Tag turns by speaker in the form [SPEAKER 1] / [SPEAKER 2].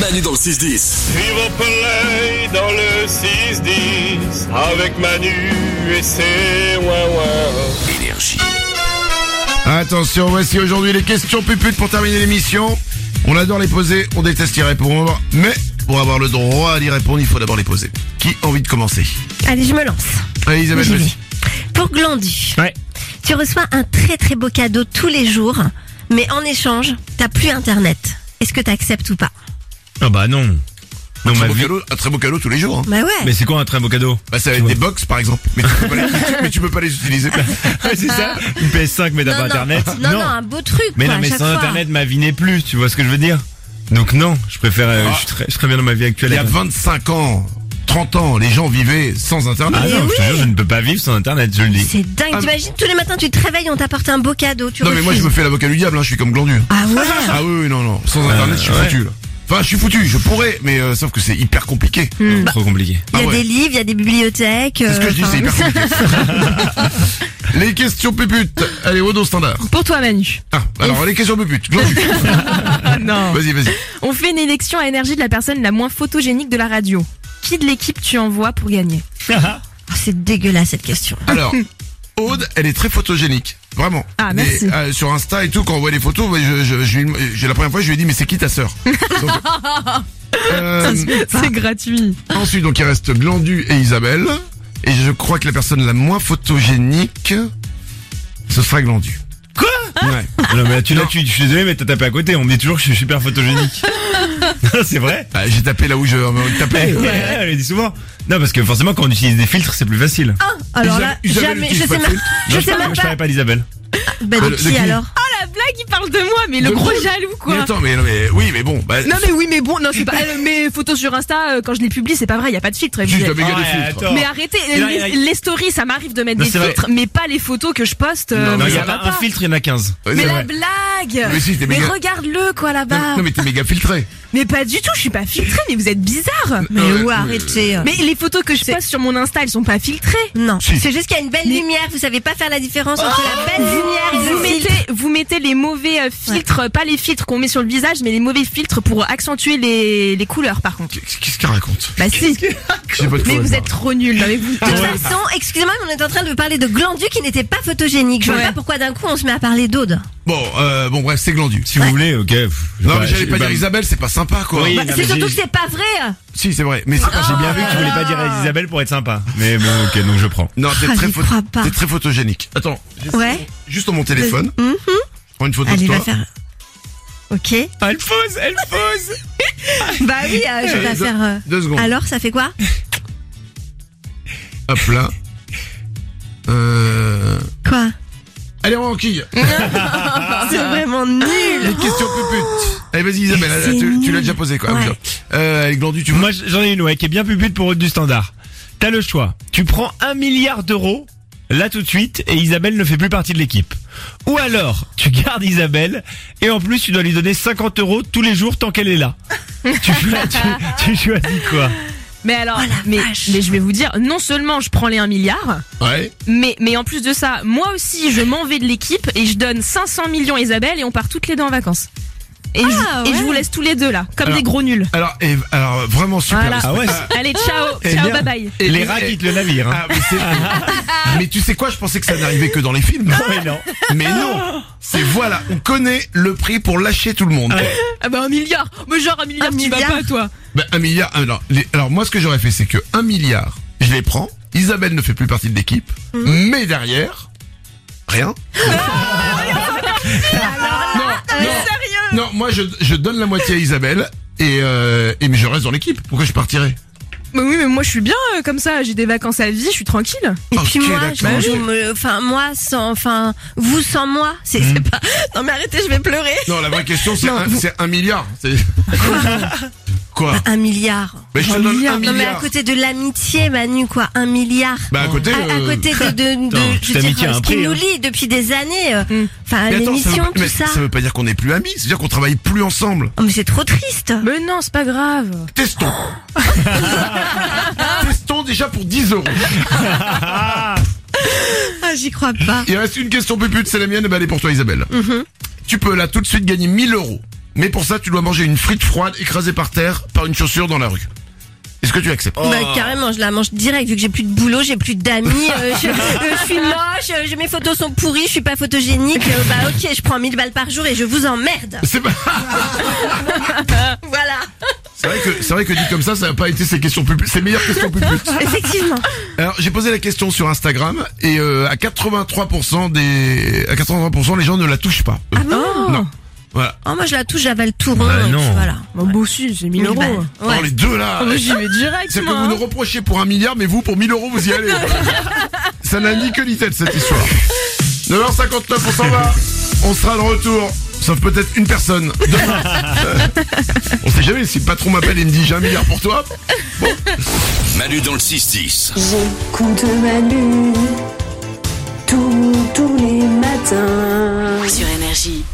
[SPEAKER 1] Manu dans le 6-10.
[SPEAKER 2] Suivre play dans le 6-10 avec Manu et ses ouin-ouin.
[SPEAKER 1] Énergie.
[SPEAKER 3] Attention, voici aujourd'hui les questions puputes pour terminer l'émission. On adore les poser, on déteste y répondre, mais pour avoir le droit à y répondre, il faut d'abord les poser. Qui a envie de commencer
[SPEAKER 4] Allez, je me lance.
[SPEAKER 3] Allez Isabelle,
[SPEAKER 4] J'y vais.
[SPEAKER 3] Eh ben, vas-y.
[SPEAKER 4] Pour Glandu,
[SPEAKER 5] Ouais.
[SPEAKER 4] tu reçois un très très beau cadeau tous les jours, mais en échange, t'as plus internet. Est-ce que t'acceptes ou pas
[SPEAKER 5] Ah bah non.
[SPEAKER 3] Un,
[SPEAKER 5] Non,
[SPEAKER 3] très
[SPEAKER 5] ma
[SPEAKER 3] beau
[SPEAKER 5] vie.
[SPEAKER 3] cadeau- un très beau cadeau tous les jours. hein.
[SPEAKER 4] Bah ouais.
[SPEAKER 5] Mais c'est quoi un très beau cadeau
[SPEAKER 3] Bah, ça va être
[SPEAKER 5] Ouais.
[SPEAKER 3] des box par exemple, mais tu peux pas les, mais tu peux pas les utiliser.
[SPEAKER 5] C'est ça Une PS5 mais t'as pas internet
[SPEAKER 4] Non, non, un beau truc.
[SPEAKER 5] Mais
[SPEAKER 4] quoi,
[SPEAKER 5] non, mais
[SPEAKER 4] à chaque
[SPEAKER 5] sans
[SPEAKER 4] fois.
[SPEAKER 5] internet, ma vie n'est plus, tu vois ce que je veux dire Donc non, je préfère, euh,
[SPEAKER 3] Ah.
[SPEAKER 5] je, suis très, je suis très bien dans ma vie actuelle.
[SPEAKER 3] Il y a 25 ans, 30 ans, les gens vivaient sans internet.
[SPEAKER 5] Ah non, je te jure, je ne peux pas vivre sans internet, je le dis.
[SPEAKER 4] C'est dingue.
[SPEAKER 3] Ah,
[SPEAKER 4] T'imagines, tous les matins, tu te réveilles, on t'apporte un beau cadeau. Tu
[SPEAKER 3] non mais moi je
[SPEAKER 4] refuses.
[SPEAKER 3] me fais l'avocat du diable, hein, je suis comme glandu.
[SPEAKER 4] Ah ouais
[SPEAKER 3] Ah oui, oui, non, non, sans internet je suis
[SPEAKER 5] ouais.
[SPEAKER 3] foutu. là. Enfin je suis foutu, je pourrais, mais euh, sauf que c'est hyper compliqué.
[SPEAKER 4] Hmm.
[SPEAKER 5] Trop compliqué.
[SPEAKER 4] Il y a
[SPEAKER 3] Ah ouais.
[SPEAKER 4] des livres, il y a des bibliothèques.
[SPEAKER 3] C'est ce que je dis,
[SPEAKER 4] euh,
[SPEAKER 3] c'est hyper
[SPEAKER 4] enfin,
[SPEAKER 3] compliqué. les questions péputes. Allez, Odo standard.
[SPEAKER 6] Pour toi, Manu.
[SPEAKER 3] Ah, alors les questions péputes. Glandu.
[SPEAKER 6] non.
[SPEAKER 3] Vas-y, vas-y.
[SPEAKER 6] On fait une élection à énergie de la personne la moins photogénique de la radio. Qui de l'équipe tu envoies pour gagner
[SPEAKER 4] c'est dégueulasse cette question.
[SPEAKER 3] Alors, Aude, elle est très photogénique. Vraiment.
[SPEAKER 6] Ah, merci.
[SPEAKER 3] Mais, euh, sur Insta et tout, quand on voit les photos, moi, je, je, je lui- j'ai- la première fois, je lui ai dit, mais c'est qui ta sœur Donc, euh,
[SPEAKER 6] C'est gratuit.
[SPEAKER 3] Ensuite, donc, il reste Glandu et Isabelle. Et je crois que la personne la moins photogénique, ce sera Glandu.
[SPEAKER 5] Quoi
[SPEAKER 4] Ah.
[SPEAKER 3] Ouais.
[SPEAKER 5] Non, mais là, tu, là, tu, je suis désolé, mais t'as tapé à côté. On me dit toujours que je suis super photogénique. c'est vrai
[SPEAKER 3] Bah, j'ai tapé là où je euh, tapais.
[SPEAKER 6] Eh
[SPEAKER 5] Ouais, Elle le dit souvent. Non, parce que forcément, quand on utilise des filtres, c'est plus facile.
[SPEAKER 4] Ah, alors là,
[SPEAKER 3] Isabelle
[SPEAKER 4] jamais, je
[SPEAKER 3] n'utilise
[SPEAKER 4] sais
[SPEAKER 3] pas de
[SPEAKER 4] même,
[SPEAKER 3] filtre.
[SPEAKER 4] je
[SPEAKER 5] Non,
[SPEAKER 4] sais
[SPEAKER 5] parlais-
[SPEAKER 4] même
[SPEAKER 5] je
[SPEAKER 4] pas.
[SPEAKER 5] parlais pas d'Isabelle.
[SPEAKER 4] Bah,
[SPEAKER 3] Euh,
[SPEAKER 4] de
[SPEAKER 3] le-
[SPEAKER 4] qui
[SPEAKER 3] le-
[SPEAKER 4] alors
[SPEAKER 6] La blague, il parle de moi, mais le
[SPEAKER 3] De
[SPEAKER 6] gros
[SPEAKER 3] moi
[SPEAKER 6] jaloux,
[SPEAKER 3] Mais
[SPEAKER 6] quoi.
[SPEAKER 3] attends, mais, non, mais oui, mais bon. Bah,
[SPEAKER 6] Non mais oui mais bon non c'est pas euh, mes photos sur Insta euh, quand je les publie c'est pas vrai y a pas de filtre
[SPEAKER 3] Juste un
[SPEAKER 6] évidemment.
[SPEAKER 3] méga
[SPEAKER 5] Ouais,
[SPEAKER 3] de filtre.
[SPEAKER 5] attends.
[SPEAKER 6] mais arrêtez
[SPEAKER 5] Il y a-
[SPEAKER 6] les,
[SPEAKER 5] il y a-
[SPEAKER 6] les stories ça m'arrive de mettre
[SPEAKER 5] Non,
[SPEAKER 6] des
[SPEAKER 5] c'est vrai.
[SPEAKER 6] filtres mais pas les photos que je poste euh,
[SPEAKER 3] Non,
[SPEAKER 5] Non,
[SPEAKER 6] mais
[SPEAKER 5] il y
[SPEAKER 6] ça
[SPEAKER 5] a
[SPEAKER 6] va
[SPEAKER 5] pas un
[SPEAKER 6] pas.
[SPEAKER 5] filtre, il y en a 15.
[SPEAKER 3] Ouais,
[SPEAKER 6] mais
[SPEAKER 3] c'est
[SPEAKER 6] la
[SPEAKER 3] vrai.
[SPEAKER 6] blague
[SPEAKER 3] Mais si, t'es méga-
[SPEAKER 6] regarde-le quoi là-bas
[SPEAKER 4] bah.
[SPEAKER 3] Non, mais t'es méga filtré.
[SPEAKER 6] Mais pas du tout, je suis pas filtrée, mais vous êtes bizarre.
[SPEAKER 4] Mais
[SPEAKER 3] Ouais,
[SPEAKER 4] où
[SPEAKER 3] ouais.
[SPEAKER 4] arrêtez euh.
[SPEAKER 6] Mais les photos que je poste sur mon Insta, elles sont pas filtrées.
[SPEAKER 4] Non,
[SPEAKER 3] Si.
[SPEAKER 4] c'est juste qu'il y a une belle
[SPEAKER 6] Mais- Oh
[SPEAKER 4] lumière. Vous savez pas faire la différence entre la belle lumière et
[SPEAKER 6] Vous
[SPEAKER 4] le filtre.
[SPEAKER 6] mettez, vous mettez les mauvais euh, filtres, euh, pas les filtres qu'on met sur le visage, mais les mauvais filtres pour accentuer les, les couleurs par contre.
[SPEAKER 3] Qu'est-ce qu'elle raconte
[SPEAKER 6] Bah si, Ah
[SPEAKER 3] J'ai pas de
[SPEAKER 6] mais
[SPEAKER 3] problème.
[SPEAKER 6] vous êtes trop nuls. Non, mais vous-
[SPEAKER 4] De toute façon, excusez-moi, mais on est en train de parler de Glandu qui n'était pas photogénique. Je vois
[SPEAKER 6] Ouais.
[SPEAKER 4] pas pourquoi d'un coup on se met à parler d'Aude.
[SPEAKER 3] Bon, euh, bon bref, c'est glandu.
[SPEAKER 5] Si vous voulez, ok. pff, je sais
[SPEAKER 3] Non, mais j'allais
[SPEAKER 5] je-
[SPEAKER 3] pas
[SPEAKER 5] bah,
[SPEAKER 3] dire Isabelle, c'est pas sympa quoi.
[SPEAKER 5] Oui.
[SPEAKER 4] Bah,
[SPEAKER 5] non,
[SPEAKER 4] c'est
[SPEAKER 5] mais
[SPEAKER 4] surtout que
[SPEAKER 5] j'ai-
[SPEAKER 4] c'est pas vrai.
[SPEAKER 3] Si, c'est vrai, mais c'est
[SPEAKER 4] Ah.
[SPEAKER 3] pas
[SPEAKER 5] J'ai bien vu que tu voulais pas dire à Isabelle pour être sympa. Mais bon, ok, donc je prends.
[SPEAKER 3] Non, t'es
[SPEAKER 4] Ah,
[SPEAKER 3] très,
[SPEAKER 4] j'y
[SPEAKER 3] pho-
[SPEAKER 4] crois pas.
[SPEAKER 3] t'es très photogénique. Attends,
[SPEAKER 4] Ouais.
[SPEAKER 3] juste dans mon téléphone,
[SPEAKER 4] Mhm.
[SPEAKER 3] prends une photo
[SPEAKER 4] Allez,
[SPEAKER 3] de toi.
[SPEAKER 4] va faire. Ok.
[SPEAKER 5] Ah, elle pose, elle pose
[SPEAKER 4] Bah oui, euh, je vais
[SPEAKER 3] Allez,
[SPEAKER 4] la
[SPEAKER 3] deux-
[SPEAKER 4] faire. euh,
[SPEAKER 3] Deux secondes.
[SPEAKER 4] Alors, ça fait quoi
[SPEAKER 3] Hop là. Euh...
[SPEAKER 4] Quoi
[SPEAKER 3] Allez, on enquille.
[SPEAKER 4] Ah. C'est vraiment nul.
[SPEAKER 3] Les questions puputes. Allez, vas-y Isabelle,
[SPEAKER 4] Ah, C'est
[SPEAKER 3] là, tu, tu
[SPEAKER 4] nul.
[SPEAKER 3] l'as déjà posé quoi.
[SPEAKER 4] Ouais.
[SPEAKER 3] Euh, allez, glandu, tu vois.
[SPEAKER 5] Moi, j'en ai une, ouais, qui est bien pupute pour haute du standard. T'as le choix. Tu prends un milliard d'euros, là tout de suite, et Isabelle ne fait plus partie de l'équipe. Ou alors, tu gardes Isabelle, et en plus, tu dois lui donner 50 euros tous les jours tant qu'elle est là. tu, choisis- tu, tu choisis quoi
[SPEAKER 6] mais alors,
[SPEAKER 4] Oh, la
[SPEAKER 6] mais,
[SPEAKER 4] vache.
[SPEAKER 6] mais je vais vous dire, non seulement je prends les 1 milliard,
[SPEAKER 3] Ouais.
[SPEAKER 6] mais, mais en plus de ça, moi aussi je m'en vais de l'équipe et je donne 500 millions à Isabelle et on part toutes les deux en vacances. Et, je, et je
[SPEAKER 4] ouais.
[SPEAKER 6] vous laisse tous les deux là, comme
[SPEAKER 3] Alors,
[SPEAKER 6] des gros nuls.
[SPEAKER 3] Alors, et, alors vraiment super.
[SPEAKER 6] Voilà.
[SPEAKER 3] respect.
[SPEAKER 5] Ah ouais
[SPEAKER 6] Allez, ciao,
[SPEAKER 5] Eh
[SPEAKER 6] ciao,
[SPEAKER 5] bien.
[SPEAKER 6] bye bye.
[SPEAKER 3] Et-
[SPEAKER 5] Les
[SPEAKER 3] et-
[SPEAKER 5] rats quittent le navire. Hein.
[SPEAKER 3] Ah, mais, c'est- mais tu sais quoi, je pensais que ça n'arrivait que dans les films.
[SPEAKER 5] Mais Ah, non.
[SPEAKER 3] Mais non C'est voilà, on connaît le prix pour lâcher tout le monde.
[SPEAKER 6] Ah bah un milliard Mais genre un milliard,
[SPEAKER 4] Un
[SPEAKER 6] tu vas
[SPEAKER 4] milliard
[SPEAKER 6] pas toi
[SPEAKER 3] Ben, un milliard. Alors, les- alors moi, ce que j'aurais fait, c'est que un milliard, je les prends. Isabelle ne fait plus partie de l'équipe,
[SPEAKER 5] Mhm.
[SPEAKER 3] mais derrière, rien. non, non,
[SPEAKER 6] Sérieux
[SPEAKER 3] non, moi, je, je donne la moitié à Isabelle et, euh, et mais je reste dans l'équipe. Pourquoi je partirais
[SPEAKER 6] Bah oui mais moi je suis bien euh, comme ça, j'ai des vacances à vie, je suis tranquille.
[SPEAKER 4] Et
[SPEAKER 3] Ok,
[SPEAKER 4] puis moi,
[SPEAKER 3] d'accord,
[SPEAKER 4] je, je
[SPEAKER 3] ok.
[SPEAKER 4] me- enfin moi sans, enfin vous sans moi, c'est c'est pas. Non mais arrêtez, je vais pleurer.
[SPEAKER 3] Non, la vraie question, c'est un, c'est un milliard. C'est- Quoi
[SPEAKER 4] Un milliard.
[SPEAKER 3] Mais je te
[SPEAKER 6] Un
[SPEAKER 3] donne
[SPEAKER 6] milliard.
[SPEAKER 3] un
[SPEAKER 4] Non mais à
[SPEAKER 3] milliard.
[SPEAKER 4] côté de l'amitié, Manu, quoi, un milliard.
[SPEAKER 3] Bah, à côté,
[SPEAKER 4] à, à
[SPEAKER 3] euh,
[SPEAKER 4] côté de, de, de-
[SPEAKER 5] Attends,
[SPEAKER 4] je
[SPEAKER 5] cette
[SPEAKER 4] veux
[SPEAKER 5] amitié a
[SPEAKER 4] dire, euh,
[SPEAKER 5] un
[SPEAKER 4] ce qui
[SPEAKER 5] prix,
[SPEAKER 4] nous
[SPEAKER 5] hein.
[SPEAKER 4] lie depuis des années. euh, Enfin,
[SPEAKER 3] Mais attends, ça
[SPEAKER 4] l'émission,
[SPEAKER 3] veut, pas-
[SPEAKER 4] tout
[SPEAKER 3] mais
[SPEAKER 4] ça.
[SPEAKER 3] ça veut pas dire qu'on n'est plus amis, ça veut dire qu'on travaille plus ensemble.
[SPEAKER 4] Oh, mais c'est trop triste.
[SPEAKER 6] Mais non c'est pas grave.
[SPEAKER 3] Testons. Testons déjà pour 10 euros.
[SPEAKER 4] Ah, j'y crois pas.
[SPEAKER 3] Eh Il
[SPEAKER 4] Mhm.
[SPEAKER 3] reste une question pépute, c'est la mienne, et ben elle est pour toi Isabelle. Tu peux là tout de suite gagner 1000 euros. Mais pour ça, tu dois manger une frite froide écrasée par terre par une chaussure dans la rue. Est-ce que tu acceptes
[SPEAKER 4] Bah, carrément, je la mange direct, vu que j'ai plus de boulot, j'ai plus d'amis, euh, je, euh, je suis moche, euh, je- mes photos sont pourries, je suis pas photogénique, euh, bah ok, je prends 1000 balles par jour et je vous emmerde.
[SPEAKER 3] C'est pas-
[SPEAKER 4] Voilà,
[SPEAKER 3] C'est vrai que c'est vrai que dit comme ça, ça n'a pas été ces questions plus ces meilleures questions plus
[SPEAKER 4] effectivement.
[SPEAKER 3] Alors j'ai posé la question sur Instagram et euh, à 83% des à 83% les gens ne la touchent pas. Euh,
[SPEAKER 6] Ah.
[SPEAKER 4] Oh,
[SPEAKER 3] Non. Voilà.
[SPEAKER 4] Oh, moi je la touche, j'avale tout rond,
[SPEAKER 5] Bah,
[SPEAKER 4] et puis
[SPEAKER 5] non.
[SPEAKER 4] voilà.
[SPEAKER 6] Bon, beau si, j'ai 1000
[SPEAKER 4] 1000
[SPEAKER 6] euros.
[SPEAKER 4] balles.
[SPEAKER 3] Oh, les deux là.
[SPEAKER 6] Ah, bah, J'y vais direct,
[SPEAKER 3] C'est que
[SPEAKER 6] moi.
[SPEAKER 3] vous nous reprochez pour un milliard, mais vous pour 1000 euros vous y allez. ça n'a ni que ni tête cette histoire. 9h59, on s'en va. On sera de retour. Sauf peut-être une personne. Demain. Euh, on sait jamais si le patron m'appelle et me dit j'ai un milliard pour toi.
[SPEAKER 1] Manu dans le 6-10.
[SPEAKER 7] J'écoute Manu tous, tous les matins.
[SPEAKER 8] sur énergie.